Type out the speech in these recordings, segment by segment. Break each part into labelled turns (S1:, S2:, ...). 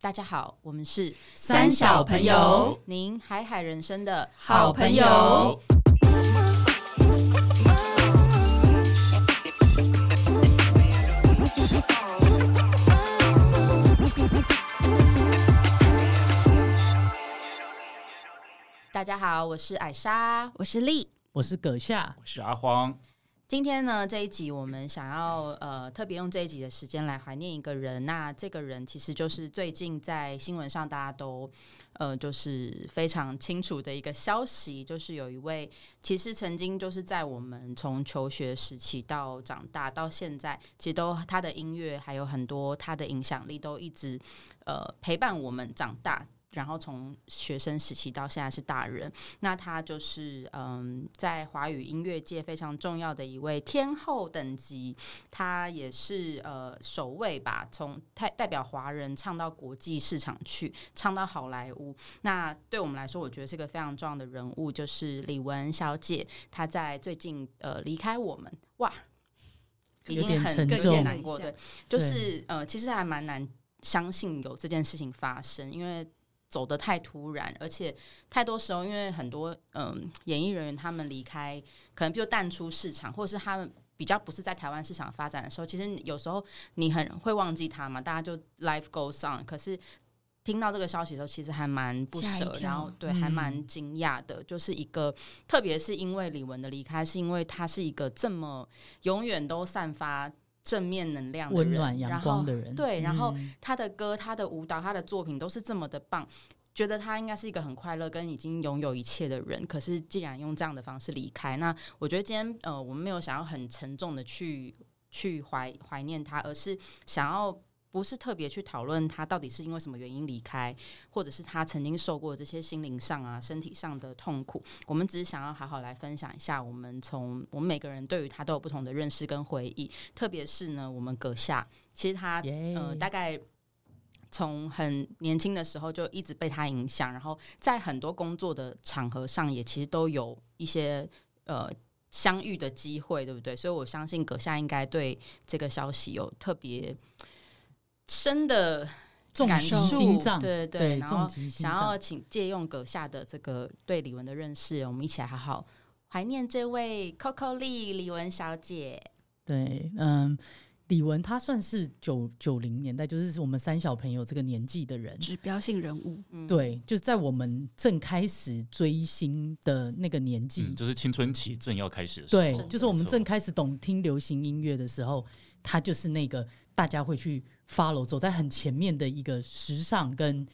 S1: 大家好，我们是
S2: 三小朋友，
S1: 您海海人生的
S2: 好朋友。
S1: 大家好，我是艾莎。
S2: 我是丽，
S3: 我是葛夏，
S4: 我是阿荒，
S1: 今天呢，这一集我们想要呃特别用这一集的时间来怀念一个人。那这个人其实就是最近在新闻上大家都呃就是非常清楚的一个消息，就是有一位其实曾经就是在我们从求学时期到长大到现在，其实都他的音乐还有很多他的影响力都一直呃陪伴我们长大。然后从学生时期到现在是大人，那他就是嗯，在华语音乐界非常重要的一位天后等级，他也是呃首位吧，从代代表华人唱到国际市场去，唱到好莱坞。那对我们来说，我觉得是个非常重要的人物，就是李玟小姐，她在最近呃离开我们，哇，已
S3: 有点
S1: 经很
S3: 沉
S1: 更
S3: 重
S1: 也难过，对，就
S3: 对
S1: 是呃，其实还蛮难相信有这件事情发生，因为走得太突然，而且太多时候，因为很多嗯、演艺人员他们离开，可能就淡出市场，或者是他们。比较不是在台湾市场发展的时候，其实你有时候你很会忘记他嘛，大家就 life goes on。可是听到这个消息的时候，其实还蛮不
S2: 吓一
S1: 舍，
S2: 跳
S1: 然后对，
S3: 嗯
S1: 还蛮惊讶的。就是一个，特别是因为李玟的离开，是因为她是一个这么永远都散发正面能量的人、
S3: 温暖阳光的
S1: 人。
S3: 人，
S1: 对然后
S3: 嗯
S1: 他的歌、他的舞蹈、他的作品都是这么的棒，觉得他应该是一个很快乐跟已经拥有一切的人。可是既然用这样的方式离开，那我觉得今天呃，我们没有想要很沉重的去去怀怀念他，而是想要。不是特别去讨论他到底是因为什么原因离开，或者是他曾经受过这些心灵上啊、身体上的痛苦，我们只是想要好好来分享一下，我们从我们每个人对于他都有不同的认识跟回忆，特别是呢，我们阁下，其实他
S3: 耶
S1: 呃，大概从很年轻的时候就一直被他影响，然后在很多工作的场合上也其实都有一些呃相遇的机会，对不对？所以我相信阁下应该对这个消息有特别深的
S3: 重
S1: 感
S3: 击
S1: 触，
S3: 心脏，
S1: 对
S3: 对，
S1: 然
S3: 重
S1: 后
S3: 击心
S1: 想要
S3: 脏，
S1: 请借用阁下的这个对李玟的认识，我们一起来好好怀念这位 Coco Lee 李玟小姐。
S3: 对，嗯。李玟她算是九九零年代，就是我们三小朋友这个年纪的人，
S2: 指标性人物，
S1: 嗯，
S3: 对，就是在我们正开始追星的那个年纪，
S4: 嗯，就是青春期正要开始的时候，
S3: 对
S1: 真的，
S3: 就是我们
S4: 没错
S3: 正开始懂听流行音乐的时候，他就是那个大家会去 follow 走在很前面的一个时尚跟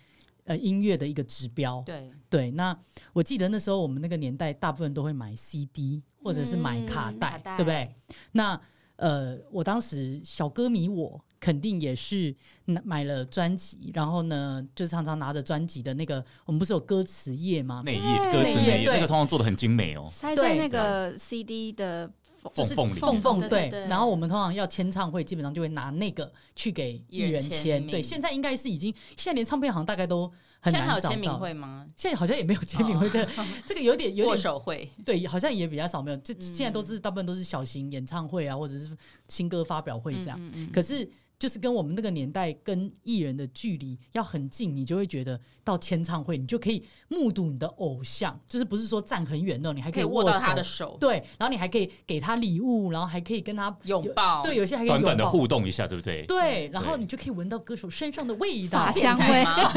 S3: 呃音乐的一个指标。
S1: 对，
S3: 对，那我记得那时候我们那个年代，大部分都会买 CD 或者是买卡
S1: 嗯
S3: 带，
S1: 卡带
S3: 对不对？那呃，我当时小歌迷我肯定也是拿买了专辑，然后呢，就常常拿着专辑的那个，我们不是有歌词页吗？
S4: 内
S2: 对
S4: 页歌词内
S3: 内
S4: 页
S3: 页
S4: 那个通常做的很精美哦，
S2: 塞在
S3: 对
S2: 那个 CD 的
S4: 缝
S3: 是
S4: 缝里
S3: 缝
S4: 面，
S3: 缝
S1: 对
S3: 对
S1: 对对
S3: 然后我们通常要签唱会，基本上就会拿那个去给艺
S1: 艺
S3: 人
S1: 人签
S3: 签。
S1: 名
S3: 对，现在应该是已经，现在连唱片行大概都很
S1: 现在还
S3: 难
S1: 有
S3: 找
S1: 签名
S3: 到。
S1: 会哦吗？
S3: 现在好像也没有签名会，这个这个有点有
S1: 握
S3: 点
S1: 手会，
S3: 对，好像也比较少没有。就
S1: 嗯
S3: 现在都是大部分都是小型演唱会啊，或者是新歌发表会这样。
S1: 嗯，嗯嗯
S3: 可是就是跟我们那个年代跟艺人的距离要很近，你就会觉得到签唱会，你就可以目睹你的偶像，就是不是说站很远的，你还
S1: 可以
S3: 握
S1: 握到他
S3: 手
S1: 的手，
S3: 对，然后你还可以给他礼物，然后还可以跟他
S1: 拥抱，嗯
S3: 对，有些还可以
S4: 短
S3: 拥
S4: 短的
S3: 抱
S4: 互动一下，对不对？
S3: 对，然后
S4: 对
S3: 你就可以闻到歌手身上的味道
S2: 法。
S1: 变
S2: 香
S1: 态
S2: 味，
S1: 吗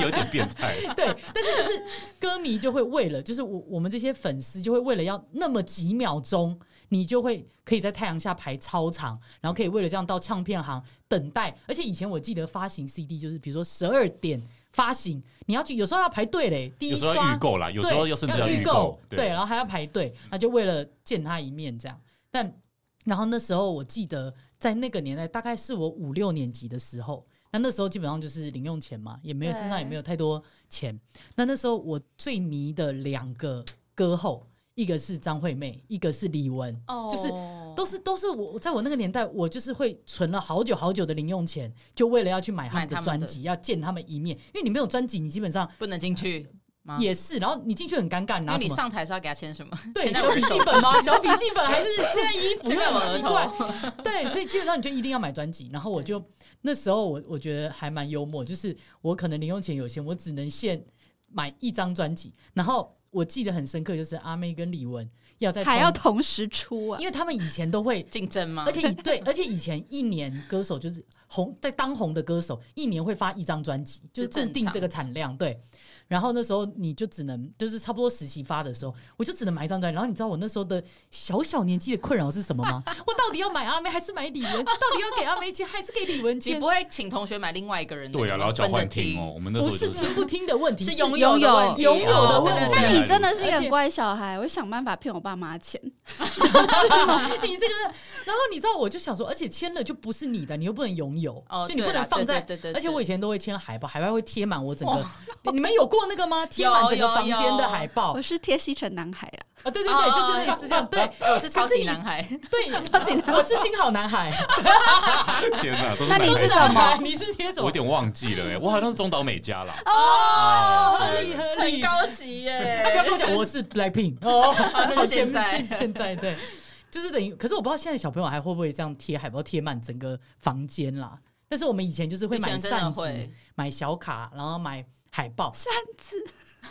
S4: 有点变态，
S3: 对，但是就是歌迷就会为了，就是我我们这些粉丝就会为了要那么几秒钟，你就会可以在太阳下排超长，然后可以为了这样到唱片行等待。而且以前我记得发行 CD 就是比如说十二点发行，你要去有时候要排队嘞，第一
S4: 有时候
S3: 刷
S4: 要预购啦，有
S3: 对，
S4: 时候要甚至
S3: 要
S4: 预
S3: 购
S4: 购，，
S3: 对，然后还要排队，那就为了见他一面这样。但然后那时候我记得在那个年代，大概是我五六年级的时候，那那时候基本上就是零用钱嘛，也没有
S2: 对
S3: 身上也没有太多钱。那那时候我最迷的两个歌后，一个是张惠妹，一个是李玟。
S1: 哦
S3: 就是都是都是我在我那个年代，我就是会存了好久好久的零用钱，就为了要去买他们
S1: 买
S3: 的
S1: 他们
S3: 专
S1: 的
S3: 辑，要见他们一面。因为你没有专辑，你基本上
S1: 不能进去，吗？
S3: 也是，然后你进去很尴
S1: 那
S3: 尬，拿
S1: 你
S3: 什么？
S1: 上台是要给他签什么？
S3: 对，
S1: 签在
S3: 小
S1: 我
S3: 笔
S1: 的
S3: 记
S1: 手
S3: 本吗？小笔记本还是现在衣服？
S1: 签
S3: 就
S1: 在我
S3: 很
S1: 额
S3: 奇怪。
S1: 头。
S3: 对，所以基本上你就一定要买专辑。然后我就那时候我我觉得还蛮幽默，就是我可能零用钱有限，我只能限买一张专辑。然后我记得很深刻，就是阿妹跟李玟要在
S2: 还要
S3: 同
S2: 同时出啊
S3: 因！为他们以前都会
S1: 竞争吗？
S3: 而且以对，而且以前一年歌手就是红在当红的歌手，一年会发一张专辑，就是是固
S1: 正
S3: 定
S1: 常
S3: 这个产量。对，然后那时候你就只能就是差不多时期发的时候，我就只能买一张专辑。然后你知道我那时候的小小年纪的困扰是什么吗？ 我到底要买阿妹还是买李玟？到底要给阿妹签还是给李玟
S1: 你
S3: 签
S1: 不？会请同学买另外一个人的
S4: 对啊，然后交
S1: 分着
S4: 换听哦，我们那时
S3: 不啊
S4: 候就是是
S3: 听不听的问 题，
S1: 是
S3: 是
S1: 拥有
S2: 有有
S1: 的问题
S3: 拥有的
S4: 哦
S3: 问
S1: 对
S2: 那
S4: 原来
S3: 题
S2: 你
S4: 如
S2: 真的是一个
S3: 啊而且
S2: 很乖小孩，我会想办法骗我爸妈钱。
S3: 你这个，然后你知道，我就想说，而且签了就不是你的，你又不能拥有，
S1: 哦
S3: 就你不
S1: 对
S3: 能
S1: 啦
S3: 放在。
S1: 对对对对
S3: 而且我以前都会签海报，海报会贴满我整个。
S1: 哦
S3: 你们有过那 个吗？贴满整个房间的海报
S2: 我
S3: 啊、
S2: 是贴西城男孩啊啦，
S3: 对对
S1: 哦
S3: 对，就是类似这样。 对，
S1: 哎我是超级男
S3: 孩，
S1: 孩，
S3: 对， 超级男，我是新好男孩。
S4: 天哪，都是
S2: 那你
S4: 男
S2: 是
S4: 生
S2: 什么？
S3: 你是贴什
S4: 我有
S3: 么？
S4: 点忘记了哎，我好像是中岛美嘉啦。
S3: 哦，
S4: 哦
S3: 合理合
S1: 很
S3: 理。
S1: 高欸级
S3: 他 不
S1: 耶。
S3: 要跟我讲我是 Blackpink 哦，
S1: 那是
S3: 好
S1: 现在
S3: 前面现在对，就是等于，可是我不知道现在小朋友还会不会这样贴海报贴满整个房间啦。但是我们以前就是会买
S1: 以前真的
S3: 扇子
S1: 会、
S3: 买小卡，然后买海报。扇子，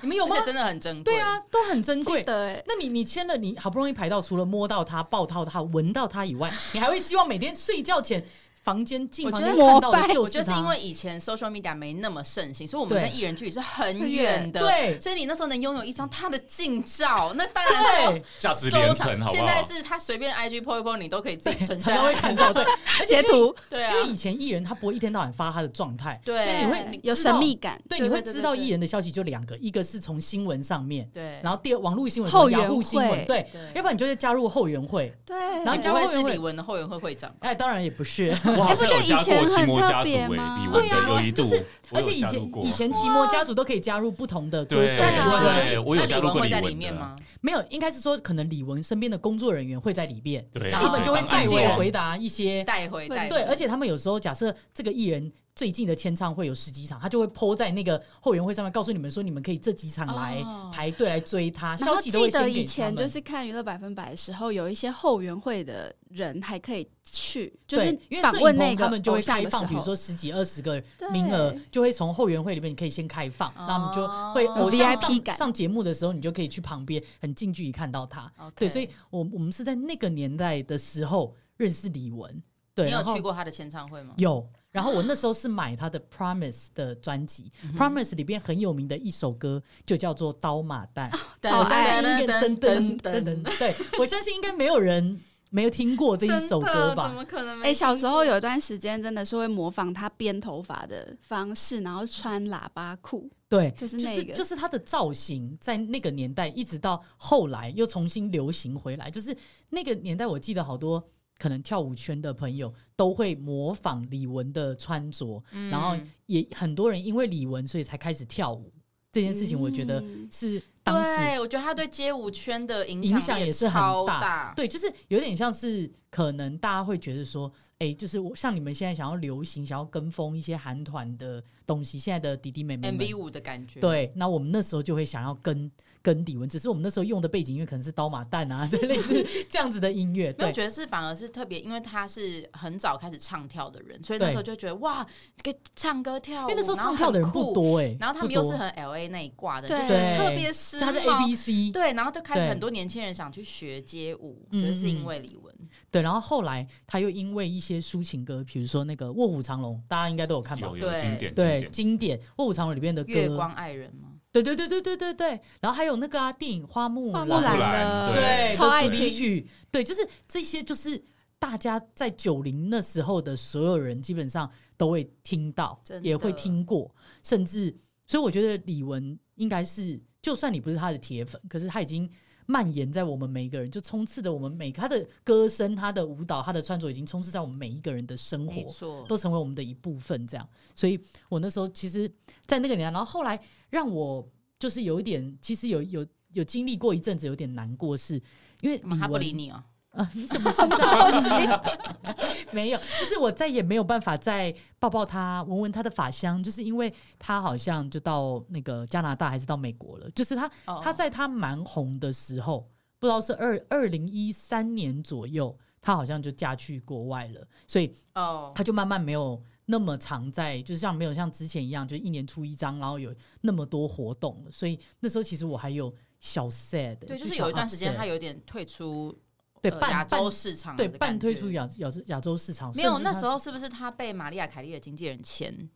S3: 你们 有
S1: 而
S3: 吗
S1: 且？真的很珍贵。
S3: 对，啊，都很珍贵
S2: 记。得哎，
S3: 那你你签了，你好不容易排到，除了摸到它、抱到它、闻到它以外，你还会希望每天睡觉前房间进
S1: 我
S3: 房
S1: 觉
S3: 间
S1: 得
S3: 看到
S2: 膜
S3: 的
S2: 拜
S3: 就
S1: 我觉得
S3: 它，
S1: 是因为以前 social media 没那么盛行，所以我们
S3: 对
S1: 跟艺人距离是很远的。
S3: 对
S1: 所以你那时候能拥有一张他的近照，那当然是要
S3: 对，
S4: 价值
S1: 收
S4: 连
S1: 藏
S4: 城，好不
S1: 现在
S4: 好？
S1: 是他随便 IG po 一 po，你都可以自己存下
S3: 常 常会
S1: 来。
S3: 看到对，而且
S2: 截
S3: 因为
S2: 图
S1: 对啊
S3: 因，为以前艺人他不会一天到晚发他的状态，
S1: 对
S3: 所以你会
S2: 有
S3: 知道
S2: 神秘感，
S3: 对，
S1: 对
S3: 你会
S1: 对对
S3: 知道
S1: 对
S3: 艺人的消息就两个，一个是从新闻上面，
S1: 对，
S3: 然后第二网络新闻、
S2: 后援
S3: 雅虎新闻，
S2: 会
S3: 对，
S1: 对
S3: 要不然你就会加入后援会。
S2: 对。
S3: 然后
S1: 你
S3: 加
S1: 不
S3: 入
S1: 会
S3: 后
S1: 是
S3: 援
S1: 李
S3: 会，
S1: 玟的后援会会长吧？
S3: 哎，当然也不是，
S4: 我好
S2: 哎不
S4: 像
S2: 就
S4: 有
S2: 以
S4: 加
S2: 前
S4: 过提
S2: 很
S4: 摩
S2: 特
S4: 家族
S2: 别
S4: 哎，
S2: 吗
S4: 李
S3: 对
S4: 玟
S3: 啊
S4: 的有一
S3: 就
S4: 度
S3: 是，
S4: 我
S3: 而
S4: 有
S3: 且以
S4: 加入
S3: 前
S4: 过
S3: 以。前提摩家族都可以加入不同的歌
S4: 对
S3: 手，
S2: 对啊
S1: 自己
S4: 对，我有
S1: 那
S4: 加入过
S1: 会
S4: 李
S1: 在里
S4: 玟
S1: 面
S4: 的
S1: 吗？？
S3: 没有，应该是说可能李玟身边的工作人员会在里面，
S4: 对
S3: 然后他们就会
S4: 帮
S3: 代
S4: 忙
S3: 为
S4: 安装
S3: 回答一些
S1: 带回带
S3: 对，
S1: 回
S3: 而且他们有时候假设这个艺人最近的签唱会有十几场，他就会 po 在那个后援会上面，告诉你们说你们可以这几场来
S1: 哦
S3: 排队来追他，
S2: 然
S3: 消
S2: 后
S3: 息都会
S2: 记
S3: 先
S2: 得
S3: 给
S2: 以
S3: 他
S2: 前
S3: 们
S2: 就是看娱乐百分百的时候，有一些后援会的人还可以去，就
S3: 对
S2: 是
S3: 因为
S2: 访
S3: 摄影
S2: 问
S3: 棚
S2: 那个
S3: 他们就会
S2: 偶像
S3: 开
S2: 的时
S3: 放，比如
S2: 候
S3: 说十几二十个
S2: 对
S3: 名额，就会从后援会里面你可以先开放，那我们就会
S1: 哦
S3: 偶像上
S2: VIP 感
S3: 上节目的时候，你就可以去旁边很近距离看到他。
S1: OK
S3: 对，所以我我们是在那个年代的时候认识李玟，对，
S1: 你有
S3: 然后
S1: 去过他的签唱会吗？
S3: 有。然后我那时候是买他的 Promise 的专辑、p r o m i s e 里边很有名的一首歌就叫做《刀马旦》，
S1: 哦
S2: 超
S3: 我相
S2: 爱
S3: 信应
S1: 哎
S3: 该噔噔噔噔，对我相信应该没有人没有听过这一首歌
S1: 怎
S3: 吧？
S1: 么可能？
S2: 哎、小时候有一段时间真的是会模仿他编头发的方式，然后穿喇叭裤，
S3: 对，
S2: 就是
S3: 就
S2: 那
S3: 是
S2: 个，
S3: 就是他的造型，在那个年代一直到后来又重新流行回来，就是那个年代，我记得好多可能跳舞圈的朋友都会模仿李玟的穿着，
S1: 嗯
S3: 然后也很多人因为李玟所以才开始跳舞这件事情，我觉得
S2: 嗯
S3: 是当时
S1: 对，我觉得他对街舞圈的影
S3: 影响
S1: 也
S3: 也是很
S1: 超
S3: 大对，就是有点像是可能大家会觉得说，哎、就是我像你们现在想要流行，想要跟风一些韩团的东西，现在的弟弟妹妹们
S1: MV 舞的感觉。，
S3: 对，那我们那时候就会想要跟跟李玟，只是我们那时候用的背景音乐可能是刀马旦啊， 这类似这样子的音乐，
S1: 没有
S3: 对
S1: 我。觉得是反而是特别，因为他是很早开始唱跳的人，所以那
S3: 对
S1: 时候就觉得哇，可以唱歌跳舞，
S3: 因为那时候
S1: 然后
S3: 唱跳的人
S1: 很
S3: 不
S1: 酷，
S3: 多哎、
S1: 然后他们
S3: 不
S1: 又
S3: 多
S1: 是很 L A 那一挂的，就
S2: 对
S1: 觉得特
S3: 对
S1: 别时髦。
S3: 他是 A B C，
S1: 对，然后就开始
S3: 对
S1: 很多年轻人想去学街舞，
S3: 嗯
S1: 觉得是因为李玟。
S3: 对，然后后来他又因为一些抒情歌，比如说那个《卧虎藏龙》，大家应该都有看吧
S4: 有？有
S1: 对
S4: 经典经
S3: 对，
S4: 典，
S3: 经典《卧虎藏龙》里面的歌，
S1: 月光爱人吗？
S3: 对对对对对对对，然后还有那个啊，电影《花木
S2: 花
S3: 兰》
S2: 木兰
S4: 兰
S2: 的，
S3: 对，
S2: 超
S3: 的
S2: 爱
S3: 主
S2: 听
S3: 题曲，对，就是这些，就是大家在九零那时候的所有人基本上都会听到
S1: 真，的
S3: 也会听过，甚至，所以我觉得李玟应该是，就算你不是他的铁粉，可是他已经。蔓延在我们每一个人，就充斥着我们每他的歌声、他的舞蹈、他的穿着，已经充斥在我们每一个人的生活。
S1: 没错，
S3: 都成为我们的一部分。这样，所以我那时候其实，在那个年代，然后后来让我就是有一点，其实有有有经历过一阵子，有点难过是，因为
S1: 干嘛他不理
S3: 李玟
S1: 你哦，
S3: 啊，你怎么知道？没有，就是我再也没有办法再抱抱他，闻闻他的发香，就是因为他好像就到那个加拿大还是到美国了，就是他
S1: 哦
S3: 他在他蛮红的时候，不知道是二二零一三年左右，他好像就嫁去国外了，所以
S1: 哦，
S3: 他就慢慢没有那么常在，就是像没有像之前一样，就一年出一张，然后有那么多活动了。所以那时候其实我还有小 sad，
S1: 对，就是
S3: 小
S1: 有一段时间
S3: upset
S1: 他有点退出
S3: 对
S1: 呃
S3: 半
S1: 亚洲
S3: 半
S1: 市场的
S3: 对
S1: 感觉，
S3: 半退出亚亚洲亚洲市场，
S1: 没有
S3: 甚至
S1: 那
S3: 他
S1: 时候是不是他被玛利亚凯莉的经纪人签？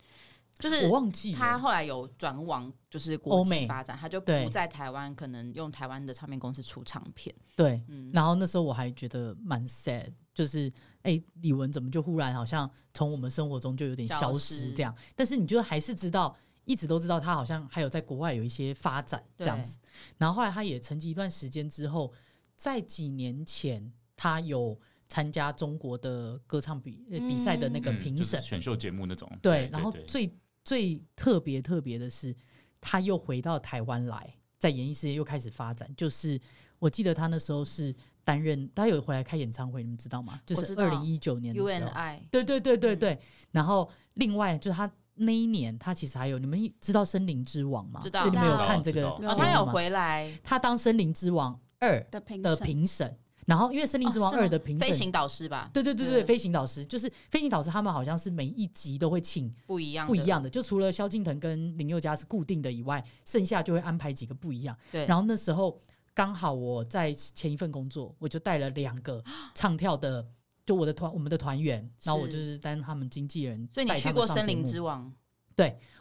S1: 就是
S3: 我忘记
S1: 他
S3: 了。
S1: 后来有转往就是国
S3: 欧
S1: 际
S3: 美
S1: 发展，他就
S3: 对
S1: 不在台湾，可能用台湾的唱片公司出唱片。
S3: 对，
S1: 嗯，
S3: 然后那时候我还觉得蛮 sad，就是哎、李玟怎么就忽然好像从我们生活中就有点消
S1: 消
S3: 失
S1: 失
S3: 这样？但是你就还是知道，一直都知道他好像还有在国外有一些发展这样
S1: 对
S3: 子。然后后来他也沉寂一段时间之后，在几年前他有参加中国的歌唱比、呃比赛的那个
S4: 嗯
S3: 评
S4: 就是
S3: 审，
S4: 选秀节目那种。
S3: 对，然后
S4: 对
S3: 最最特别特别的是，他又回到台湾来，在演艺事业又开始发展。就是我记得他那时候是担任，他有回来开演唱会，你们知道吗？就
S1: 我
S3: 是
S1: 知道
S3: 二零一九年的
S1: U
S3: 时
S1: N
S3: 候，
S1: I 嗯
S3: 对对对对对。然后另外就是他那一年，他其实还有你们知道《森林之王》吗？
S1: 知道
S3: 就你们有
S2: 知道
S3: 看这个
S4: 知
S3: 节
S4: 道
S3: 目
S1: 哦，
S3: 吗？
S2: 有
S1: 他有回来
S3: 他当《森林之王二
S2: 的》评
S3: 的
S2: 审
S3: 评审，然后因为《森林之
S1: 哦
S3: 王
S1: 是
S3: 二》
S1: 吗
S3: 的评
S1: 飞
S3: 审。
S1: 行导师吧，
S3: 对对对对，
S1: 嗯
S3: 飞行导师就是飞行导师，他们好像是每一集都会请
S1: 不一样，
S3: 不一。样的，就除了萧敬腾跟林宥嘉是固定的以外，剩下就会安排几个不一样。
S1: 对，
S3: 然
S1: 后
S3: 后那时候刚好我在前一份工作，我就带了两 个唱跳的，就我的团我们的团员，然后我就是担任他们经纪人，
S1: 所以
S3: 带
S1: 你
S3: 他
S1: 去
S3: 们
S1: 过
S3: 上
S1: 森
S3: 节
S1: 林
S3: 目
S1: 之王，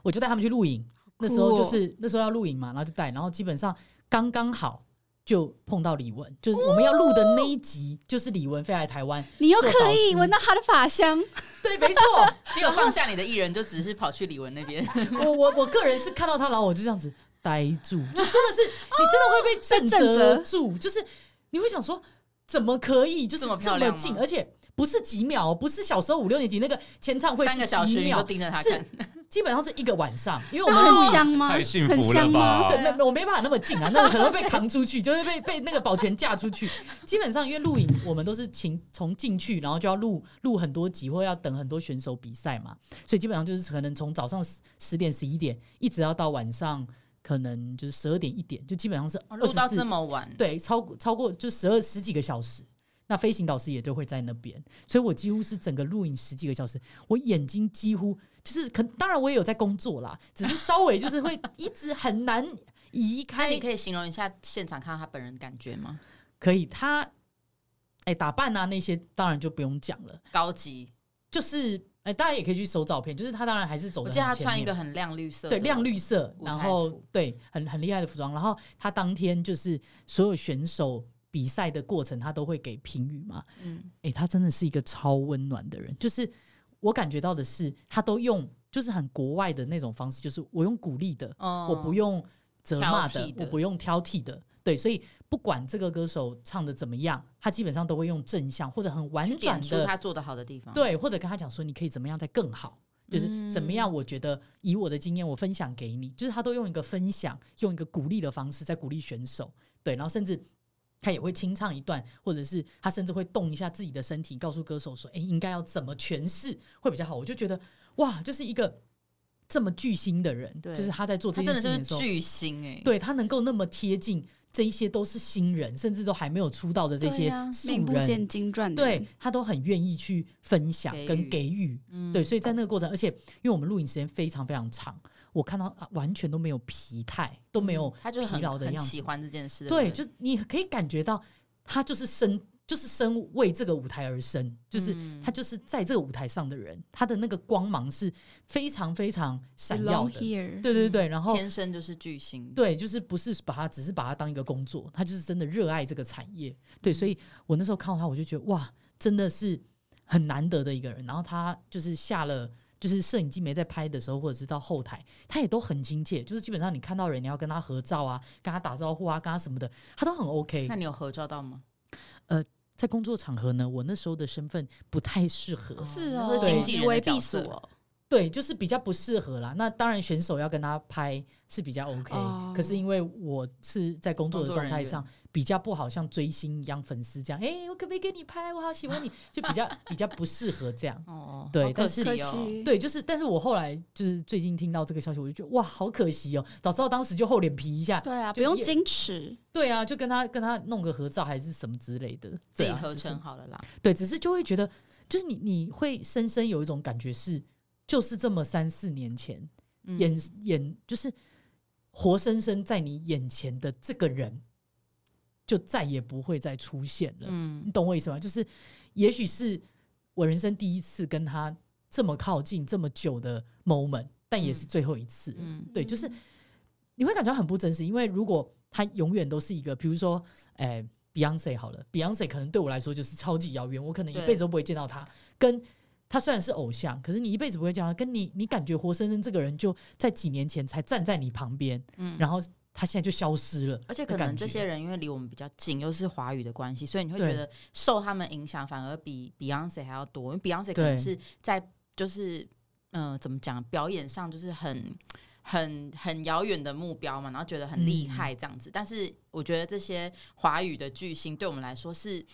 S3: 我就带他们去露营。那时
S1: 哦
S3: 候就是那时候要露营嘛，然后就带，然后基本上刚刚好就碰到李玟，就是我们要录的那一集，就是李玟飞来台湾，
S2: 你又
S3: 做
S2: 可
S3: 导
S2: 以
S3: 师
S2: 闻到他的发香，
S3: 对，没错，
S1: 你有放下你的艺人，就只是跑去李玟那 边，
S3: 我我我个人是看到他，然后我就这样子呆住，就真的是你真的会被震
S2: 震
S3: 住，就是你会想说怎么可以就是
S1: 这么漂
S3: 这么
S1: 亮吗
S3: 近，而且不是几秒，不是小时候五六年级那个签唱会
S1: 三
S3: 是
S1: 个小
S3: 几
S1: 时你
S3: 秒
S1: 都，盯着他
S3: 是
S1: 看。
S3: 基本上是一个晚上，因为我
S2: 那
S3: 们录
S2: 很
S3: 影。
S2: 香吗？
S4: 太幸
S2: 很
S4: 福了
S2: 香吗？
S4: 吧？
S3: 对，没没我没办法那么近啊，那我可能会被扛出去，就是被被那个保全架出去。基本上，因为录影我们都是请从进去，然后就要录录很多集，或要等很多选手比赛嘛，所以基本上就是可能从早上十十点十一点，一直要到晚上可能就是十二点一点，就基本上是
S1: 哦
S3: 二
S1: 录
S3: 十
S1: 到这
S3: 四
S1: 么晚，
S3: 对，超过超过就十二十几个小时。那飞行导师也就会在那边，所以我几乎是整个录影十几个小时，我眼睛几乎就是可，当然我也有在工作啦，只是稍微就 是会一直很难移
S1: 那
S3: 开
S1: 你。可以形容一下现场看到他本人感觉吗？
S3: 可以，他哎、打扮啊那些当然就不用讲了，
S1: 高级，
S3: 就是哎、大家也可以去搜照片，就是他当然还是走
S1: 我
S3: 的。
S1: 记得他穿一个很亮绿色的，
S3: 对亮绿色，
S1: 舞
S3: 然
S1: 台
S3: 后
S1: 服
S3: 对很很厉害的服装，然后他当天就是所有选手比赛的过程，他都会给评语嘛，
S1: 嗯，
S3: 诶，他真的是一个超温暖的人。就是我感觉到的是，他都用就是很国外的那种方式，就是我用鼓励的，
S1: 哦
S3: 我不用责骂
S1: 挑
S3: 的
S1: 剔，的
S3: 我不用挑剔的。对，所以不管这个歌手唱的怎么样，他基本上都会用正向或者很婉
S1: 去
S3: 转
S1: 点出
S3: 的，
S1: 他做的好的地方，，
S3: 对，或者跟他讲说你可以怎么样再更好，
S1: 嗯
S3: 就是怎么样？我觉得以我的经验，我分享给你，就是他都用一个分享，用一个鼓励的方式在鼓励选手，对，然后甚至。他也会清唱一段，或者是他甚至会动一下自己的身体，告诉歌手说：“哎、应该要怎么诠释会比较好。”我就觉得哇，就是一个这么巨星的人，
S1: 对
S3: 就是他在做
S1: 他
S3: 这
S1: 真
S3: 件
S1: 的
S3: 事
S1: 是
S3: 情的时候，
S1: 巨星哎，
S3: 对他能够那么贴近，这一些都是新人，甚至都还没有出道的这
S1: 对
S3: 些
S1: 呀
S3: 素
S2: 名不
S3: 人，
S2: 见经传的人
S3: 对，他都很愿意去分享
S1: 给
S3: 跟
S1: 予
S3: 给予，
S1: 嗯
S3: 对，所以在那个过程，而且因为我们录影时间非常非常长，我看到、啊、完全都没有疲态，都没有
S1: 嗯他就是
S3: 疲
S1: 很
S3: 劳的
S1: 很
S3: 样
S1: 喜
S3: 子。
S1: 欢这件事，
S3: 对，
S1: 不
S3: 就你可以感觉到他就是生，就是生为这个舞台而生，就是
S1: 嗯
S3: 他就是在这个舞台上的人，他的那个光芒是非常非常闪耀
S2: belong
S3: 的。
S2: here，
S3: 对对对，然后
S1: 天生就是巨星，
S3: 对，就是不是把它只是把它当一个工作，他就是真的热爱这个产业。
S1: 嗯
S3: 对，所以我那时候看到他，我就觉得哇，真的是很难得的一个人。然后他就是下了，就是摄影机没在拍的时候，或者是到后台，他也都很亲切，就是基本上你看到人，你要跟他合照啊，跟他打招呼啊，跟他什么的，他都很 OK
S1: 那。你有合照到吗？
S3: 在工作场合呢，我那时候的身份不太适合。
S2: 是
S1: 哦
S2: 哦，
S1: 是经纪人的
S2: 为
S1: 角
S2: 避
S1: 色
S2: 暑哦，
S3: 对，就是比较不适合啦。那当然，选手要跟他拍是比较 OK，、
S2: 哦
S3: 可是因为我是在工作的
S5: 工作
S3: 状
S5: 人
S3: 态上比较不好，像追星一样，粉丝这样，哎、我可不可以跟你拍？我好喜欢你，就比较比较不适合这样。
S1: 哦，
S3: 对
S1: 好可
S3: 但是
S2: 可
S1: 惜哦，
S2: 惜，
S3: 对，就是，但是我后来就是最近听到这个消息，我就觉得哇，好可惜哦！早知道当时就厚脸皮一下，
S2: 对啊，
S3: 就
S2: 不用
S3: 也
S2: 矜持，
S3: 对啊，就跟他跟他弄个合照还是什么之类的，
S1: 自
S3: 对
S1: 己
S3: 啊
S1: 合
S3: 只是
S1: 成好了啦。
S3: 对，只是就会觉得，就是你你会深深有一种感觉是，就是这么三四年前、
S1: 嗯
S3: 眼眼就是活生生在你眼前的这个人，就再也不会再出现了。你
S1: 嗯
S3: 懂我意思吗？就是也许是我人生第一次跟他这么靠近这么久的 moment，但也是
S1: 嗯
S3: 最后一次了。
S1: 嗯
S3: 对，就是
S2: 嗯
S3: 你会感觉很不真实，因为如果他永远都是一个，比如说，哎、b e y o n c e 好了，Beyonce 可能对我来说就是超级遥远，我可能一
S1: 对
S3: 辈子都不会见到他。跟他虽然是偶像，可是你一辈子不会见到他，跟你你感觉活生生这个人就在几年前才站在你旁边，
S1: 嗯，
S3: 然后他现在就消失了，
S1: 而且
S3: 的
S1: 可
S3: 感
S1: 能
S3: 觉
S1: 这些人因为离我们比较近，又是华语的关系，所以你会
S3: 对
S1: 觉得受他们影响反而比 Beyonce 还要多，因为 Beyonce 可能是在就是嗯、呃怎么讲，表演上就是很。很很遥远的目标嘛，然后觉得很厉害这样子，但是我觉得这些华语的巨星对我们来说是，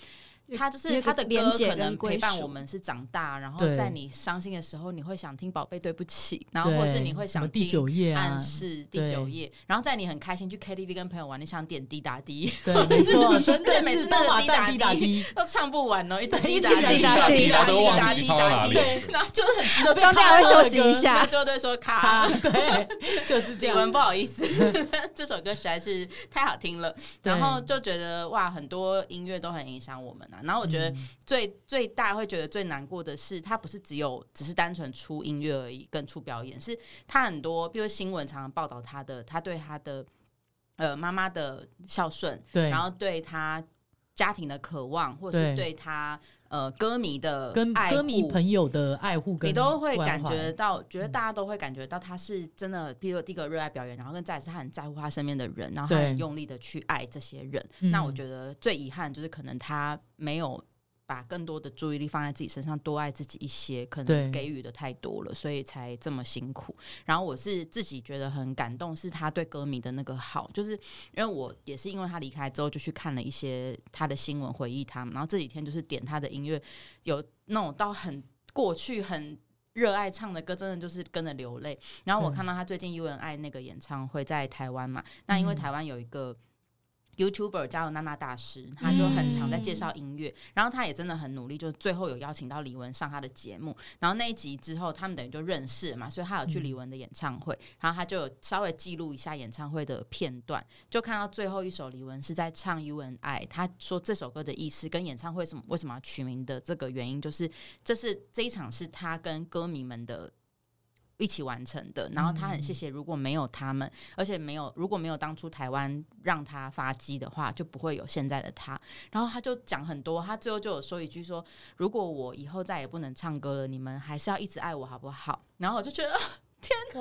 S2: 有
S1: 他就是他的
S2: 有一个
S1: 歌
S2: 连结
S1: 可能
S2: 跟归
S1: 陪伴
S2: 属
S1: 我们是长大，然后
S3: 对
S1: 在你伤心的时候，你会想听《宝贝对不起》，然后
S3: 对，
S1: 或者是你会
S3: 什么
S1: 想
S3: 第
S1: 听
S3: 九页啊
S1: 暗，示第
S3: 对
S1: 九页，然后在你很开心去 KTV 跟朋友玩，你想点滴答滴，
S3: 对，没错，真的
S1: 对每
S3: 是
S1: 次那
S3: 都
S1: 个
S3: 马
S1: 滴答
S3: 蛋滴答
S1: 滴
S3: 滴，
S1: 都唱不完哦，一直
S3: 对
S1: 滴
S3: 一直
S1: 答
S2: 滴答
S1: 答
S2: 滴
S1: 答
S4: 答都忘记唱到哪里
S1: 滴
S4: 了
S1: 对然后
S3: 就是很值得被
S2: 中间还会
S3: 看到
S2: 休
S3: 的
S2: 息
S3: 歌
S2: 一下
S1: 最后都会说 卡
S3: 啊，。 对，就是这
S1: 李
S3: 样。
S1: 玟不好意思， 这首歌实在是太好听了，
S3: 对
S1: 然后就觉得哇，很多音乐都很影响我们啊。然后我觉得
S3: 嗯
S1: 最、最大会觉得最难过的是，它不是只有只是单纯出音乐而已，跟出表演，是他很多，比如新闻常常报道他的，他对他的呃妈妈的孝顺，
S3: 对，
S1: 然后对他家庭的渴望，或是
S3: 对
S1: 对他呃歌迷的
S3: 跟
S1: 爱
S3: 歌迷
S1: 护
S3: 朋友的爱护跟
S1: 你都会
S3: 关
S1: 感
S3: 怀嗯
S1: 觉到，觉得大家都会感觉到他是真的，比如第一个热爱表演，然后跟再来是他很在乎他身边的人，然后他
S3: 对
S1: 很用力的去爱这些人。
S3: 嗯
S1: 那我觉得最遗憾就是可能他没有。把更多的注意力放在自己身上，多爱自己一些，可
S3: 对
S1: 能给予的太多了，所以才这么辛苦。然后我是自己觉得很感动，是他对歌迷的那个好，就是因为我也是因为他离开之后，就去看了一些他的新闻，回忆他们。然后这几天就是点他的音乐，有那种到很过去很热爱唱的歌，真的就是跟着流泪。然后我
S3: 对
S1: 看到他最近 UNI 那个演唱会在台湾嘛，那因为
S3: 嗯
S1: 台湾有一个。YouTuber 加油娜娜大师，他就很常在介绍音乐，然后他也真的很努力，就是最后有邀请到李玟上他的节目，然后那一集之后他们等于就认识了嘛，所以他有去
S3: 嗯
S1: 李玟的演唱会，然后他就有稍微记录一下演唱会的片段，就看到最后一首李玟是在唱 U N I，他说这首歌的意思跟演唱会什么为什么要取名的这个原因，就是这是这一场是他跟歌迷们的。一起完成的，然后他很谢谢，如果没有他们，而且没有如果没有当初台湾让他发迹的话，就不会有现在的他。然后他就讲很多，他最后就有说一句说，如果我以后再也不能唱歌了，你们还是要一直爱我好不好？然后我就觉得，
S2: 起鸡皮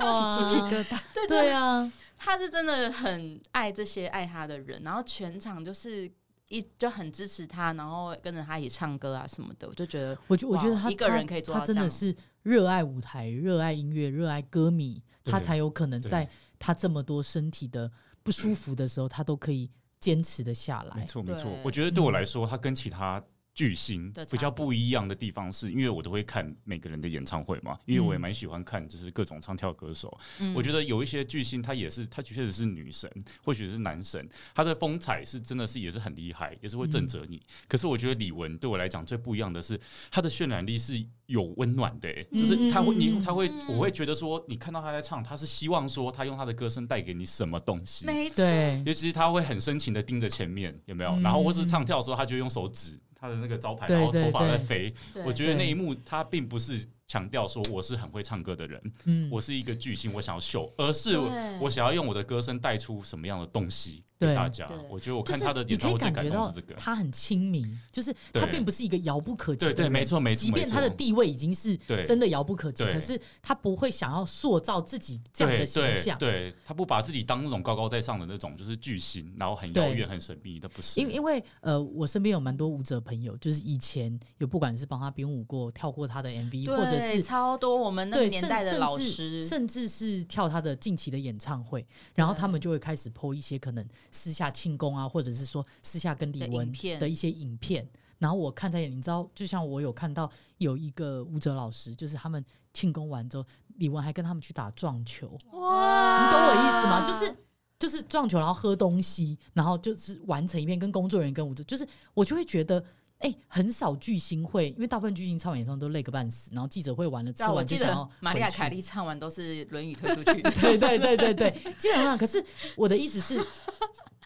S2: 疙瘩。
S1: 对
S3: 对啊，
S1: 他是真的很爱这些爱他的人，然后全场就是一就很支持他，然后跟着他一起唱歌啊什么的，我就觉得
S3: 我觉我觉得他
S1: 哇一个人可以做
S3: 他，
S1: 到
S3: 他真
S1: 这
S3: 的
S1: 样
S3: 是热爱舞台、热爱音乐、热爱歌迷，
S4: 对
S3: 他才有可能
S4: 对
S3: 在他这么多身体的不舒服的时候，他都可以坚持的下
S4: 没
S3: 来。嗯
S4: 错，没
S1: 对
S4: 错。我觉得对我来说，它跟其他巨星
S1: 的差别
S4: 比较不一样的地方是，因为我都会看每个人的演唱会嘛，因为我也
S3: 嗯
S4: 蛮喜欢看就是各种唱跳歌手。
S1: 嗯
S4: 我觉得有一些巨星，他也是，他确实是女神，或许是男神，他的风采是真的是也是很厉害，也是会
S3: 嗯
S4: 震慑你。可是我觉得李玟对我来讲最不一样的是，她的渲染力是有温暖的、欸
S3: 嗯
S4: 就是他会你他会我会觉得说，你看到他在唱，他是希望说他用他的歌声带给你什么东西。
S1: 没错，
S3: 对，
S4: 尤其是他会很深情的盯着前面，有没有？
S3: 嗯
S4: 然后或是唱跳的时候，他就用手指他的那个招牌，
S3: 对
S4: 然后头发
S3: 对
S4: 在
S3: 对
S4: 飞。
S1: 对
S4: 我觉得那一幕他并不是强调说我是很会唱歌的人，
S3: 嗯，
S4: 我是一个巨星，我想要秀，而是
S1: 对
S4: 我想要用我的歌声带出什么样的东西
S3: 对
S4: 给大家
S1: 对。
S4: 我觉得我
S3: 就
S4: 看
S3: 是
S4: 他的
S3: 你
S4: 演
S3: 可
S4: 唱
S3: 以
S4: 会最
S3: 感
S4: 感
S3: 觉
S4: 动
S3: 到
S4: 的是这个。
S3: 他很亲民，就是他
S4: 对
S3: 并不是一个遥不可及的
S4: 对
S3: 人。
S4: 对，没错没错，
S3: 即便他的
S4: 没错
S3: 地位已经是
S4: 对
S3: 真的遥不可及，
S4: 对
S3: 可是他不会想要塑造自己这样的形象，
S4: 对对对他不把自己当那种高高在上的那种就是巨星，然后很遥
S3: 对
S4: 远、很神秘，他不是。
S3: 因因为呃，我身边有蛮多舞者朋友，就是以前有不管是帮他编舞过、跳过他的 MV，
S1: 对
S3: 或者者
S1: 对
S3: 是
S1: 超多我们那个
S3: 对，
S1: 年
S3: 甚
S1: 代的老
S3: 甚至
S1: 师，
S3: 甚至是跳他的近期的演唱会，然后他们就会开始 po 一些可能私下庆功啊，或者是说私下跟李
S1: 的
S3: 玟
S1: 影片
S3: 的一些影片。然后我看在眼里，你知道，就像我有看到有一个舞者老师，就是他们庆功完之后，李玟还跟他们去打撞球，你
S1: 哇
S3: 懂我意思
S1: 啊
S3: 吗？就是就是撞球，然后喝东西，然后就是完成一片，跟工作人员跟舞者，就是我就会觉得。哎、很少巨星会，因为大部分巨星唱完演唱会都累个半死，然后记者会完了吃
S1: 对啊，我
S3: 完就
S1: 记
S3: 想
S1: 得
S3: 要
S1: 玛利亚
S3: 回哦去
S1: 凯莉唱完都是轮椅推出 去，
S3: 对对对对对， 基本上。可是我的意思是，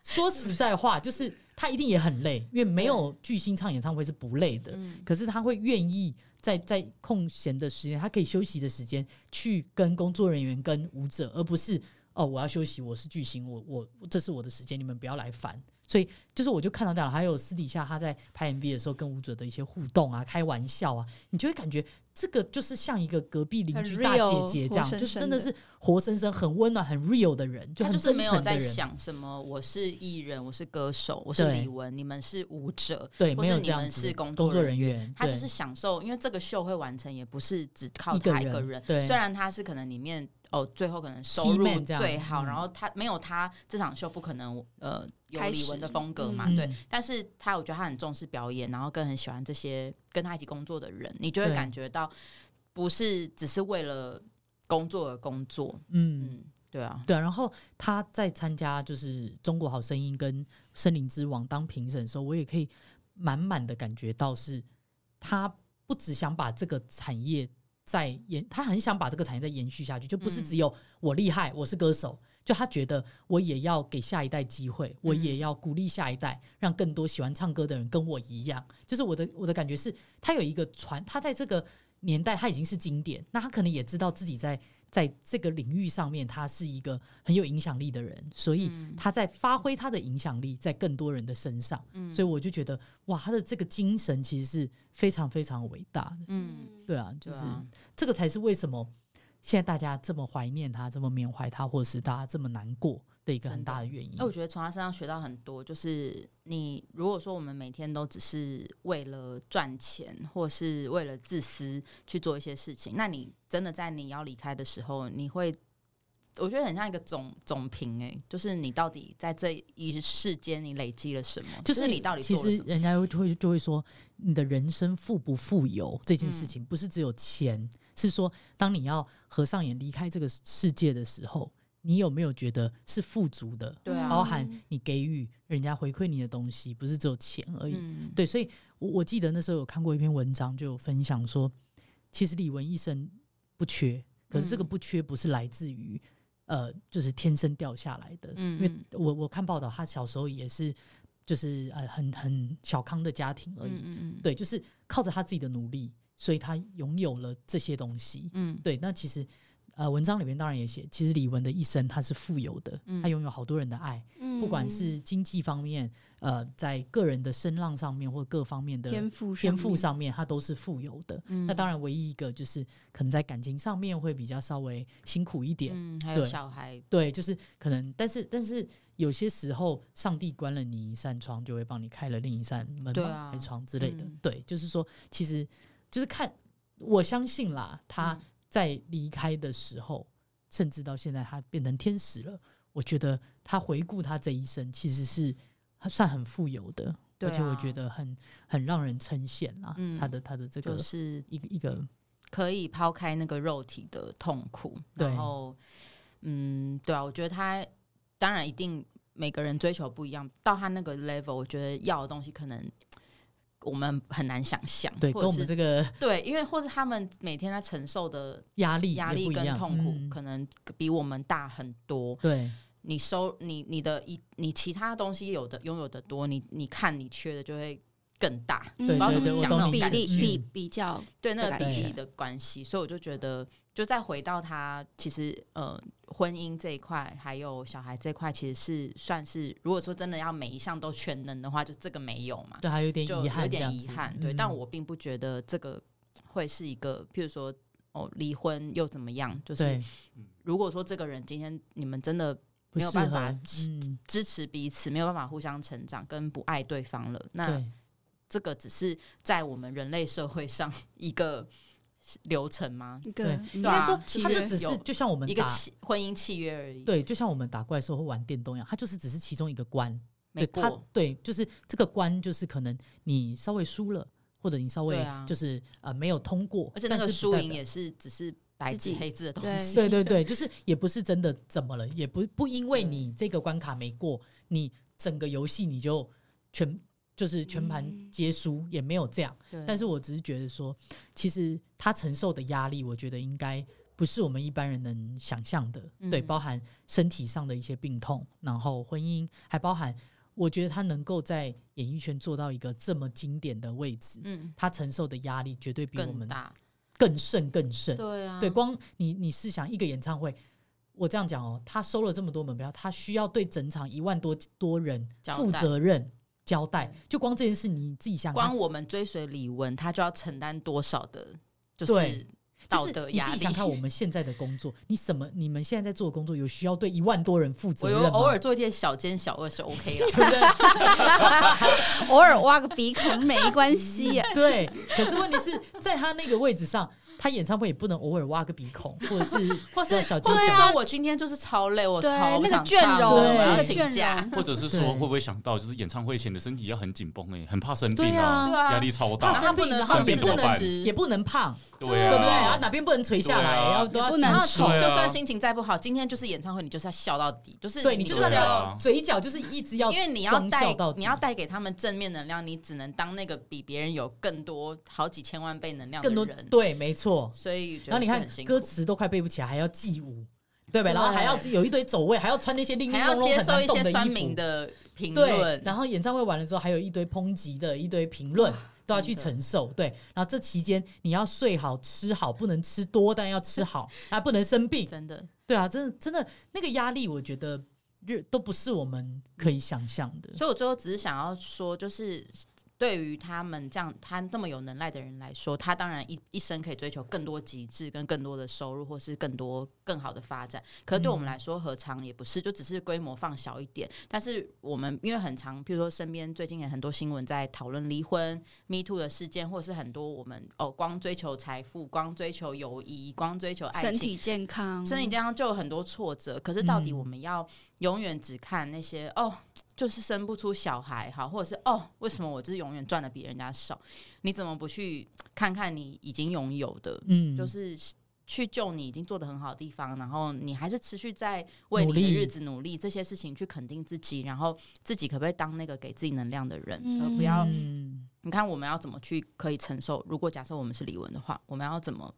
S3: 说实在话，就是他一定也很累，因为没有巨星唱演唱会是不累的。
S1: 嗯，
S3: 可是他会愿意在在空闲的时间，他可以休息的时间，去跟工作人员、跟舞者，而不是哦，我要休息，我是巨星，我我这是我的时间，你们不要来烦。所以就是我就看到这样，还有私底下他在拍 MV 的时候跟舞者的一些互动啊、开玩笑啊，你就会感觉这个就是像一个隔壁邻居
S2: 很
S3: 大
S2: real，
S3: 姐姐这样，
S2: 活生
S3: 就是
S2: 生
S3: 真
S2: 的
S3: 的是活生生、很温暖、很 real 的人，
S1: 他
S3: 很
S1: 就是
S3: 真
S1: 没有
S3: 诚的
S1: 在
S3: 人。
S1: 想什么，我是艺人，我是歌手，我是
S3: 对
S1: 李玟，你们是舞者，
S3: 对，
S1: 或
S3: 没
S1: 是
S3: 有
S1: 你
S3: 这样
S1: 们
S3: 子
S1: 是
S3: 的
S1: 工
S3: 工
S1: 作
S3: 作
S1: 人
S3: 人员，
S1: 他就
S3: 对
S1: 是享受，因为这个秀会完成，也不是只靠
S3: 一个
S1: 他一
S3: 人
S1: 个人，
S3: 对
S1: 虽然他是可能里面哦，最后可能收
S3: Key
S1: 入
S3: man 这样
S1: 最好，
S3: 嗯
S1: 然后他没有他这场秀不可能呃有
S2: 开
S1: 李
S2: 始
S1: 玟的风格嘛，
S3: 嗯
S1: 对，但是他我觉得他很重视表演，然后更很喜欢这些跟他一起工作的人，你就会
S3: 对
S1: 感觉到不是只是为了工作而工作，
S3: 嗯。
S1: 嗯，对啊，
S3: 对啊，然后他在参加就是《中国好声音》跟《森林之王》当评审的时候，我也可以满满的感觉到是，他不只想把这个产业再延，他很想把这个产业再延续下去，就不是
S1: 嗯
S3: 只有我厉害，我是歌手，就他觉得我也要给下一代机会，
S1: 嗯
S3: 我也要鼓励下一代，让更多喜欢唱歌的人跟我一样。就是我的我的感觉是，他有一个传，他在这个年代他已经是经典，那他可能也知道自己在在这个领域上面他是一个很有影响力的人，所以
S1: 嗯
S3: 他在发挥他的影响力在更多人的身上。
S1: 嗯
S3: 所以我就觉得，哇，他的这个精神其实是非常非常伟大的。
S1: 嗯，
S3: 对啊，就
S1: 对
S3: 是、
S1: 啊，
S3: 这个才是为什么现在大家这么怀念他，这么缅怀他，或者是大家这么难过的一个很大的原因
S1: 哎，。我觉得从他身上学到很多，就是你如果说我们每天都只是为了赚钱或是为了自私去做一些事情，那你真的在你要离开的时候，你会。我觉得很像一个总总评哎、就是你到底在这一世间你累积了什么？
S3: 就是
S1: 你到底
S3: 其
S1: 做了
S3: 实
S1: 什么？
S3: 人家就会就会说，你的人生富不富有这件事情，不是只有钱，是说当你要合上眼离开这个世界的时候，你有没有觉得是富足的，
S1: 对啊，
S3: 包含你给予人家回馈你的东西，不是只有钱而已。
S1: 嗯，
S3: 对，所以我我记得那时候有看过一篇文章，就有分享说，其实李玟一生不缺，可是这个
S1: 嗯
S3: 不缺不是来自于、呃，就是天生掉下来的。因为
S1: 嗯
S3: 我我看报道，他小时候也是就是呃很很小康的家庭而已，
S1: 嗯嗯嗯，
S3: 对，就是靠着他自己的努力，所以他拥有了这些东西。
S1: 嗯
S3: 对，那其实呃，文章里面当然也写，其实李玟的一生她是富有的，
S1: 嗯
S3: 她拥有好多人的爱，
S2: 嗯
S3: 不管是经济方面，呃，在个人的声浪上面或各方面的
S2: 天赋
S3: 天赋
S2: 面
S3: 上面，她都是富有的。
S1: 嗯
S3: 那当然，唯一一个就是可能在感情上面会比较稍微辛苦一点，
S1: 嗯，还有
S3: 对
S1: 小孩，
S3: 对，就是可能，但是但是有些时候，上帝关了你一扇窗，就会帮你开了另一扇门
S1: 对
S3: 嘛，
S1: 啊
S3: 还是窗之类的。
S1: 嗯
S3: 对，就是说，其实就是看，我相信啦，他
S1: 嗯
S3: 在离开的时候，甚至到现在他变成天使了，我觉得他回顾他这一生，其实是他算很富有的，
S1: 对
S3: 而且我
S1: 啊
S3: 觉得很很让人称羡啦。
S1: 嗯
S3: 他的他的这个、
S1: 就是
S3: 一个一个
S1: 可以抛开那个肉体的痛苦，
S3: 对
S1: 然后，嗯，对啊，我觉得他当然一定每个人追求不一样，到他那个 level，我觉得要的东西可能我们很难想象，
S3: 对，
S1: 或
S3: 跟
S1: 者
S3: 我们
S1: 是
S3: 这个
S1: 对，因为或者他们每天在承受的
S3: 压力
S1: 压
S3: 也
S1: 力
S3: 不一
S1: 跟
S3: 样
S1: 痛苦，
S3: 嗯
S1: 可能比我们大很多。
S3: 对
S1: 你收你你的一你其他东西有的拥有的多，你你看你缺的就会更大，
S2: 嗯
S3: 对
S1: 不知道
S3: 对
S1: 怎
S3: 对，
S1: 么
S3: 我
S1: 讲
S3: 懂
S1: 那
S3: 你
S1: 种
S2: 比
S1: 感
S2: 例
S1: 觉
S3: 嗯
S2: 比比较，
S1: 对那
S2: 的
S1: 个
S2: 感
S1: 比例
S2: 觉
S1: 的关系，所以我就觉得，就再回到他，其实呃，婚姻这一块，还有小孩这一块，其实是算是，如果说真的要每一项都全能的话，就这个没有嘛，
S3: 对，还有点
S1: 就
S3: 遗憾，
S1: 有
S3: 这样
S1: 点遗
S3: 子
S1: 憾。对，但
S3: 嗯
S1: 我并不觉得这个会是一个，譬如说哦，离婚又怎么样？就是
S3: 对
S1: 如果说这个人今天你们真的
S3: 不
S1: 没有
S3: 适
S1: 办
S3: 合
S1: 法
S3: 嗯，
S1: 支持彼此，没有办法互相成长，跟不爱对方了，那
S3: 对
S1: 这个只是在我们人类社会上一个流程吗？
S2: 一
S3: 对
S2: 个
S1: 应
S2: 应
S3: 应该说，
S1: 啊其
S3: 它就
S1: 实
S3: 只是
S1: 有
S3: 就像我们
S1: 一个
S3: 打
S1: 契婚姻契约而已，，
S3: 对，就像我们打怪兽或玩电动一样，它就是只是其中一个关。
S1: 没
S3: 对它
S1: 过，
S3: 对，就是这个关，就是可能你稍微输了，或者你稍
S1: 对
S3: 微
S1: 啊
S3: 就是、呃没有通过，
S1: 而且那
S3: 但
S1: 个
S3: 是
S1: 输
S3: 不代
S1: 赢
S3: 表
S1: 也是只是白
S2: 自
S1: 纸
S2: 己
S1: 黑字的东
S2: 对
S1: 西，
S3: 对对对，就是也不是真的怎么了，也不不因为
S1: 对
S3: 你这个关卡没过，你整个游戏你就全就是全盘
S2: 嗯
S3: 皆输，也没有这样。
S1: 对
S3: 但是我只是觉得说，其实他承受的压力，我觉得应该不是我们一般人能想象的。对，
S1: 嗯
S3: 包含身体上的一些病痛，然后婚姻，还包含我觉得他能够在演艺圈做到一个这么经典的位置，
S1: 嗯
S3: 他承受的压力绝对比我
S1: 更
S3: 们
S1: 大，
S3: 更甚更甚。
S1: 对啊，
S3: 对，光你你试想一个演唱会。我这样讲哦，他收了这么多门票，他需要对整场一万多多人
S1: 交
S3: 负
S1: 代
S3: 责任交代，就光这件事，你自己想，
S1: 光我们追随李玟，她就要承担多少的，就
S3: 对
S1: 是
S3: 就
S1: 道
S3: 是
S1: 德
S3: 你
S1: 压
S3: 自己
S1: 力
S3: 想。看我们现在的工作，你什么？你们现在在做的工作有需要对一万多人负责
S1: 我
S3: 任
S1: 有
S3: 吗？
S1: 偶尔做一点小奸小恶是 OK 的，
S3: 对不啊对？
S2: 偶尔挖个鼻孔没关系啊呀、
S3: 对，可是问题是在他那个位置上，他演唱会也不能偶尔挖个鼻孔，或者是
S1: 或是
S3: 对小
S1: 或
S3: 奸
S1: 是
S3: 小
S1: 说我今天就是超累，我
S2: 对
S1: 超
S2: 那个
S1: 想
S2: 倦
S1: 上
S2: 容
S1: 班
S3: 对
S1: 我
S3: 那
S1: 要
S3: 个
S1: 请
S2: 倦
S1: 假
S2: 容，
S4: 或者是
S3: 对
S4: 说会不会想到，就是演唱会前的身体要很紧绷哎，很怕生
S3: 对
S4: 病啊，
S1: 啊
S4: 压力超
S1: 然后
S3: 他
S4: 大，
S1: 她
S3: 生
S1: 不
S3: 病
S1: 能
S3: 然
S4: 后
S1: 放
S4: 也不
S1: 不
S4: 能
S1: 能吃，
S3: 也不能胖，
S4: 对
S3: 对不对？
S4: 啊
S3: 啊，，哪边不能垂下来，
S4: 对啊
S3: 要都要
S2: 也不能
S3: 紧
S2: 丑
S3: 扣
S4: 对
S1: 就
S4: 啊
S1: 算心情再不好，今天就是演唱会，你就是要笑到底，就是
S3: 对你就是
S4: 对
S1: 要。
S4: 啊，
S3: 嘴角就是一直要
S1: 因为你要
S3: 装
S1: 带
S3: 笑到底
S1: 你要带给他们正面能量，你只能当那个比别人有更多好几千万倍能量的
S3: 更多
S1: 人，
S3: 对，没错。
S1: 所以觉得
S3: 然后你
S1: 是
S3: 看
S1: 很辛苦
S3: 歌词都快背不起来，还要记舞，对吧？
S1: 对
S3: 然后还要有一堆走位，还要穿那些令
S1: 还
S3: 令
S1: 要
S3: 珑珑
S1: 接
S3: 很
S1: 受
S3: 难
S1: 一
S3: 动
S1: 些
S3: 的
S1: 酸
S3: 衣服
S1: 民。的评
S3: 对
S1: 论，，
S3: 然后演唱会完了之后，还有一堆抨击的一堆评论都要去
S1: 真的
S3: 承受。对，然后这期间你要睡好、吃好，不能吃多，但要 吃好，啊，不能生病。
S1: 真的。
S3: 对啊，真的真的那个压力，我觉得日都不是我们可以想象的。
S1: 所以我最后只是想要说，就是对于他们这样他这么有能耐的人来说，他当然一一生可以追求更多极致，跟更多的收入，或是更多更好的发展。可是对我
S2: 嗯
S1: 们来说，何尝也不是？就只是规模放小一点。但是我们因为很长，譬如说身边最近也很多新闻在讨论离婚、Me Too 的事件，或是很多我们哦，光追求财富、光追求友谊、光追求爱
S2: 身
S1: 情，
S2: 体健康，
S1: 身体健康就有很多挫折，可是到底
S3: 嗯
S1: 我们要永远只看那些、哦，就是生不出小孩哈，或者是哦，为什么我就是永远赚的比人家少？你怎么不去看看你已经拥有的，
S3: 嗯，
S1: 就是去救你已经做的很好的地方，然后你还是持续在为
S3: 努
S1: 你的
S3: 力
S1: 日子努力，这些事情去肯定自己，然后自己可不可以当那个给自己能量的人，
S2: 嗯
S1: 而不要
S3: 嗯
S1: 你看我们要怎么去可以承受？如果假设我们是李玟的话，我们要怎么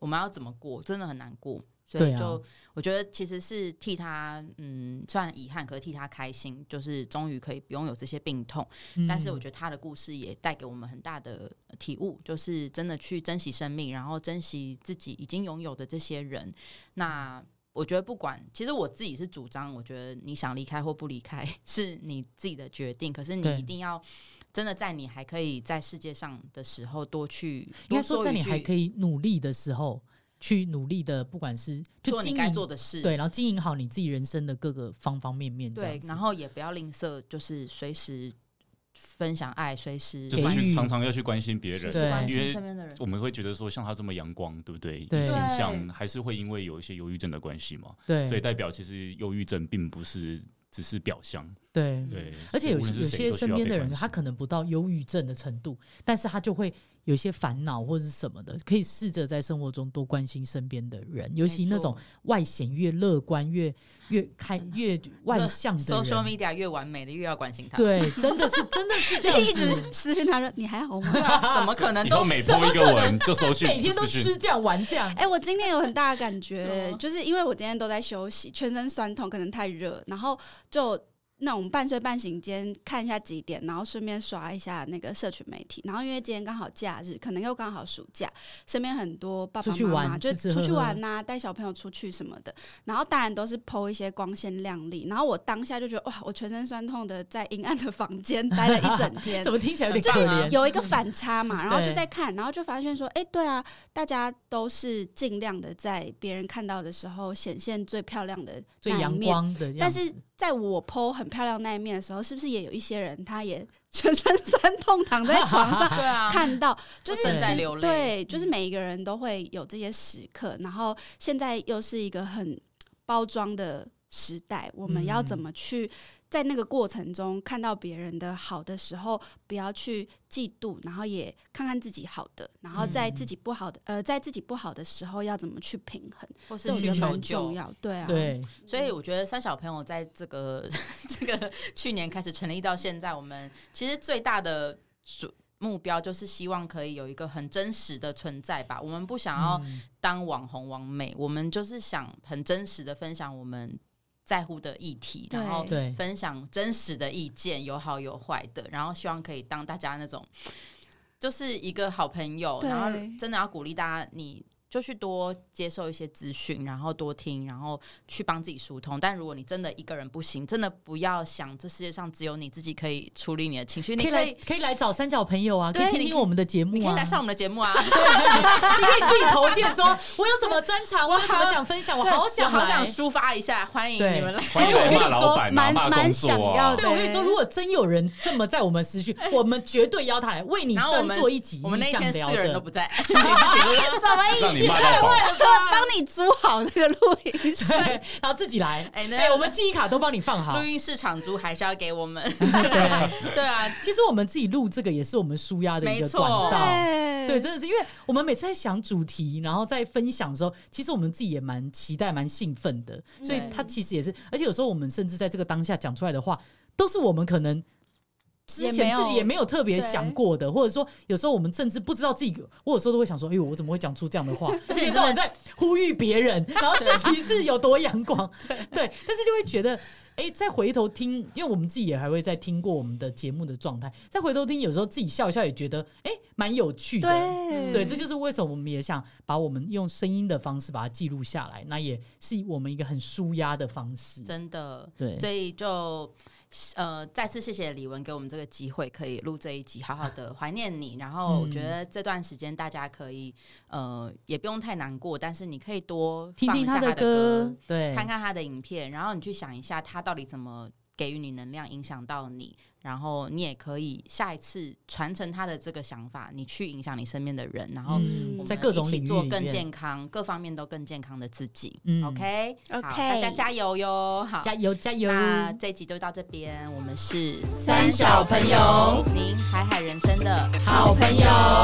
S1: 我们要怎么过？真的很难过。所
S3: 对
S1: 以
S3: 啊
S1: 就、我觉得其实是替他，嗯，虽然遗憾，可是替他开心，就是终于可以不用有这些病痛。但
S3: 嗯
S1: 是我觉得他的故事也带给我们很大的体悟，就是真的去珍惜生命，然后珍惜自己已经拥有的这些人。那我觉得不管，其实我自己是主张，我觉得你想离开或不离开 是你自己的决定，可是
S3: 对
S1: 你一定要真的在你还可以在世界上的时候多去，
S3: 应该说，在你还可
S1: 以
S3: 以努力的时候，去努力的，不管是就
S1: 做你
S3: 经
S1: 该
S3: 营
S1: 做的事，
S3: 对，然后经营好你自己人生的各个方方面面，这
S1: 对
S3: 样，子
S1: 然后也不要吝啬，就是随时分享爱，随时
S4: 就是
S3: 给
S1: 关
S3: 予
S4: 去
S1: 心
S4: 常常要去关心别
S1: 随
S4: 人
S1: 时，关
S4: 因
S1: 心
S4: 为
S1: 身边的人。
S4: 我们会觉得说，像他这么阳光，对不对？
S3: 对
S4: 形象
S1: 对
S4: 还是会因为有一些忧郁症的关系嘛，
S3: 对，
S4: 所以代表其实忧郁症并不是只是表象，
S3: 对
S4: 对。
S3: 嗯而且有些
S4: 所以无论
S3: 有
S4: 是谁
S3: 些
S4: 都需
S3: 身
S4: 要
S3: 边的
S4: 被
S3: 人，
S4: 关心
S3: 他可能不到忧郁症的程度，但是他就会有一些烦恼或者是什么的，可以试着在生活中多关心身边的人，尤其
S1: 没
S3: 那
S1: 错
S3: 种外显越乐观、越越开、越外向的
S1: social
S3: 人。
S1: media 越完美的越要关心他，
S2: 啊
S3: 对，真的是真的是这样
S2: 一
S3: 子，
S2: 直私讯他说你还好吗？
S1: 啊怎么可能
S4: 以
S1: 都，
S4: 后每碰一个文就搜去，
S3: 每天都
S4: 私讯
S3: 吃这样玩这样。
S2: 哎、我今天有很大的感 觉就是因为我今天都在休息，全身酸痛，可能太热，然后就那种半睡半醒间看一下几点，然后顺便刷一下那个社群媒体，然后因为今天刚好假日，可能又刚好暑假，身边很多爸爸
S3: 出去
S2: 妈妈
S3: 玩
S2: 就
S3: 吃吃
S2: 出去
S3: 喝喝
S2: 玩呐、带小朋友出去什么的，然后当然都是剖一些光鲜亮丽，然后我当下就觉得哇，我全身酸痛的在阴暗的房间待了一整 天
S3: 怎，么听起来有点
S1: 就
S3: 可
S1: 是
S3: 怜？
S2: 有一个反差嘛，然后就
S3: 对
S2: 在看，然后就发现说，哎、对啊，大家都是尽量的在别人看到的时候显现最漂亮的
S3: 最
S2: 那一
S3: 阳
S2: 面，
S3: 光的样子，
S2: 但是在我剖很漂亮那一面的时候，是不是也有一些人他也全身 酸痛躺在床上
S1: 对啊，
S2: 看到，就是
S3: 正在
S2: 其实
S1: 流泪
S2: 对，
S1: 嗯
S2: 就是每一个人都会有这些时刻，然后现在又是一个很包装的时代，我们
S3: 嗯
S2: 要怎么去在那个过程中看到别人的好的时候，不要去嫉妒，然后也看看自己好的，然后在
S3: 嗯
S2: 自己不好的、呃，在自己不好的时候要怎么去平衡，
S1: 或是
S2: 这我
S1: 去
S2: 觉得
S1: 求
S2: 蛮重
S1: 救。
S2: 要，对啊，
S3: 对，
S1: 所以我觉得三小朋友在这个 这个去年开始成立到现在，我们其实最大的主目标就是希望可以有一个很真实的存在吧。我们不想要
S3: 嗯
S1: 当网红网美，我们就是想很真实的分享我们在乎的议题，
S2: 对
S1: 然后
S3: 对
S1: 分享真实的意见，有好有坏的，然后希望可以当大家那种就是一个好朋友，
S2: 对
S1: 然后真的要鼓励大家，你就去多接受一些资讯，然后多听，然后去帮自己疏通。但如果你真的一个人不行，真的不要想这世界上只有你自己可以处理你的情绪，你
S3: 可以
S1: 可
S3: 来
S1: 以
S3: 可以来找三角朋友啊，可以
S1: 对
S3: 听
S1: 你
S3: 听
S1: 可以
S3: 我们的节
S1: 你
S3: 目
S1: 可以
S3: 啊，
S1: 来上我们的节目啊。
S3: 你可以自己投件说，我有什么专长，我有什么想分 享，我
S1: 对
S3: 好想
S1: 好想
S3: 来
S1: 抒发一下，欢迎
S3: 对
S1: 你们来。
S4: 欢迎来骂老板啊，
S2: 蛮
S4: 骂工
S2: 蛮
S4: 作
S2: 想
S4: 啊
S2: 要。
S3: 对，我
S1: 哎
S3: 跟你说，如果真有人这么在我们私讯，我们绝对邀他来为你
S1: 然后我
S3: 专
S1: 们
S3: 做一集
S1: 我们那
S3: 你
S1: 一
S3: 想
S1: 天四
S3: 聊
S1: 个人都
S3: 的。
S1: 不在，
S2: 什么意
S4: 让
S2: 思？
S4: 你骂
S3: 哎
S4: 到饱，
S2: 我帮你租好这个录 音室。
S3: 对，然后自己来。
S1: 哎那
S3: 哎，我们记忆卡都帮你放好
S1: 录。音市场租还是要给我 们。
S3: 对，
S1: 对啊，
S3: 其实我们自己录这个也是我们舒压的一个
S1: 没错
S3: 管道。
S2: 对
S3: 对，真的是因为我们每次在想主题，然后在分享的时候，其实我们自己也蛮期待、蛮兴奋的。所以
S1: 嗯
S3: 他其实也是，而且有时候我们甚至在这个当下讲出来的话，都是我们可能之
S2: 也没
S3: 前
S2: 有
S3: 自己也没有特别
S2: 对
S3: 想过的，或者说有时候我们甚至不知道自己，我有时候都会想说，哎呦，我怎么会讲出这样的 话？而且你知道我在呼吁别人，然后自己是有多阳光， 对，但是就会觉得。哎，再回头听，因为我们自己也还会再听过我们的节目的状态，再回头听，有时候自己笑一笑也觉得，哎，蛮有趣的。
S1: 嗯
S2: 对
S3: 对，这就是为什么我们也想把我们用声音的方式把它记录下来，那也是我们一个很舒压的方式。
S1: 真的，
S3: 对
S1: 所以就呃，再次谢谢李玟给我们这个机会，可以录这一集，好好的怀念你。然后我觉得这段时间大家可以呃，也不用太难过，但是你可以多
S3: 听
S1: 放
S3: 听
S1: 一下
S3: 的
S1: 的歌，
S3: 对，
S1: 看看他的影片，然后你去想一下他到底怎么给予你能量，影响到你，然后你也可以下一次传承他的这个想法，你去影响你身边的人，然后。
S3: 嗯
S1: 我们
S3: 在各种
S1: 一起
S3: 领域
S1: 做
S3: 里
S1: 更
S3: 面
S1: 健康，各方面都更健康的自己。
S3: 嗯
S1: OK，好
S2: OK
S1: 大家加油哟！好，
S3: 加油加油！
S1: 那这集就到这边，我们是
S2: 三小朋友
S1: 您海海人生的
S2: 好朋友。